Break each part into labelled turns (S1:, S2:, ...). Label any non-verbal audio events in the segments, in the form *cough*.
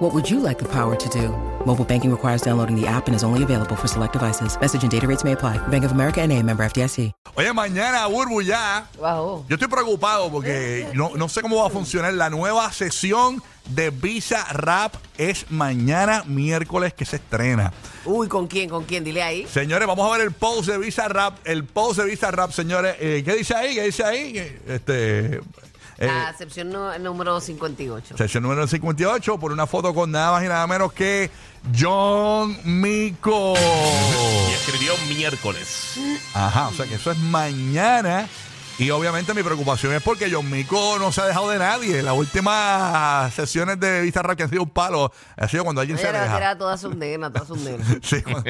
S1: What would you like the power to do? Mobile banking requires downloading the app and is only available for select devices. Message and data rates may apply. Bank of America and a member FDIC.
S2: Oye, mañana, Burbu, ya.
S3: Wow.
S2: Yo estoy preocupado porque no, no sé cómo va a funcionar la nueva sesión de Visa Rap. Es mañana, miércoles, que se estrena.
S3: Uy, ¿con quién? ¿Con quién? Dile ahí.
S2: Señores, vamos a ver el post de Visa Rap. El post de Visa Rap, señores. Eh, ¿Qué dice ahí? ¿Qué dice ahí? Eh, Este. eh,
S3: La sección nu- número 58.
S2: Sesión número 58 por una foto con nada más y nada menos que John Mico.
S4: Y escribió miércoles.
S2: Ajá, o sea que eso es mañana. Y obviamente mi preocupación es porque John Mico no se ha dejado de nadie. Las últimas sesiones de Vista Rap que han sido un palo, ha sido cuando alguien
S3: Ella
S2: se
S3: le va a tirar
S2: deja.
S3: a todas sus nenas, todas sus nenas.
S2: *laughs* Sí,
S3: *laughs*
S2: cuando-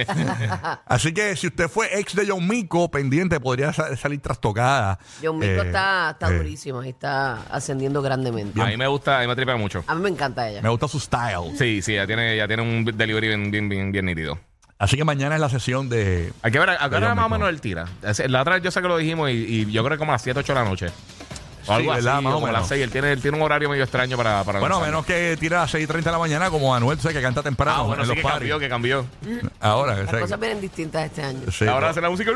S2: Así que si usted fue ex de John Mico, pendiente, podría sa- salir trastocada.
S3: John Mico
S2: Eh,
S3: está, está
S2: eh,
S3: durísimo, está ascendiendo grandemente.
S4: A mí me gusta, a mí me tripea mucho.
S3: A mí me encanta ella.
S2: Me gusta su style.
S4: Sí, sí, ya tiene, ya tiene un delivery bien, bien, bien, bien nítido.
S2: Así que mañana es la sesión de.
S4: Hay que ver,
S2: de
S4: acá
S2: John
S4: era más o
S2: Mico.
S4: menos el tira. Es- La otra vez yo sé que lo dijimos y, y yo creo que como a las 7, 8 de la noche.
S2: Sí,
S4: O algo así,
S2: ¿verdad? Más o
S4: o como a
S2: menos.
S4: las 6. Él tiene, él tiene un horario medio extraño para... para
S2: Bueno, a
S4: lanzarlo.
S2: menos que tire a las 6.30 de la mañana, como Manuel, tú sabes que canta temprano
S4: Ah, bueno,
S2: en
S4: sí
S2: los
S4: que
S2: parties.
S4: cambió, que cambió.
S2: Ahora, o
S3: Las
S2: sea,
S3: cosas vienen distintas este año.
S2: sí,
S4: Ahora
S2: no-
S4: hace la música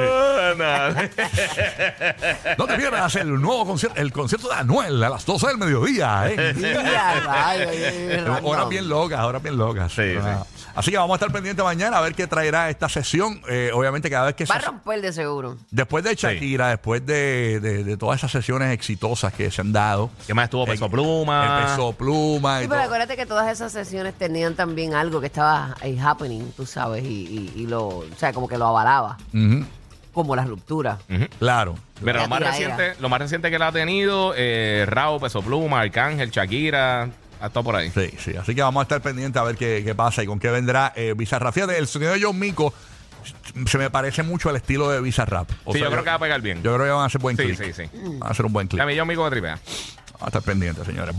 S4: urbana.
S2: No te pierdas el nuevo concierto, el concierto de Anuel a las 12 del mediodía.
S4: *laughs*
S2: ¿eh?
S3: Mira,
S2: *laughs*
S3: vaya, eh,
S2: Horas
S3: random.
S2: bien locas, horas bien locas.
S4: Sí,
S2: Ah. Así que vamos a estar pendientes mañana a ver qué traerá esta sesión. Eh, obviamente cada vez que...
S3: Va a
S2: se-
S3: romper de seguro.
S2: Después de Shakira, después de, de- de todas esas sesiones exitosas que se han dado.
S4: ¿Qué más estuvo? Peso
S2: Eh,
S4: Pluma.
S2: el Peso Pluma. y
S3: Sí, pero
S2: todo.
S3: acuérdate que todas esas sesiones tenían también algo que estaba ahí happening, tú sabes, y, y- y lo, o sea, como que lo avalaba,
S2: Ujú,
S3: como la ruptura.
S2: Claro.
S4: Mira,
S3: La
S4: lo más,
S3: tiradera.
S4: reciente, lo más reciente que él ha tenido, eh, Rao, Peso Pluma, Arcángel, Shakira, ha estado por ahí.
S2: Sí, sí. Así que vamos a estar pendientes a ver qué, qué pasa y con qué vendrá eh, Bizarrap. Fíjate, el sonido de John Mico se me parece mucho al estilo de Bizarrap. O
S4: sí,
S2: sea,
S4: yo creo que va a pegar bien.
S2: Yo creo que van a hacer buen
S4: Sí,
S2: clic.
S4: sí, sí.
S2: Van a hacer un buen clic.
S4: A mí yo me tripea.
S2: Vamos a estar pendientes, señores.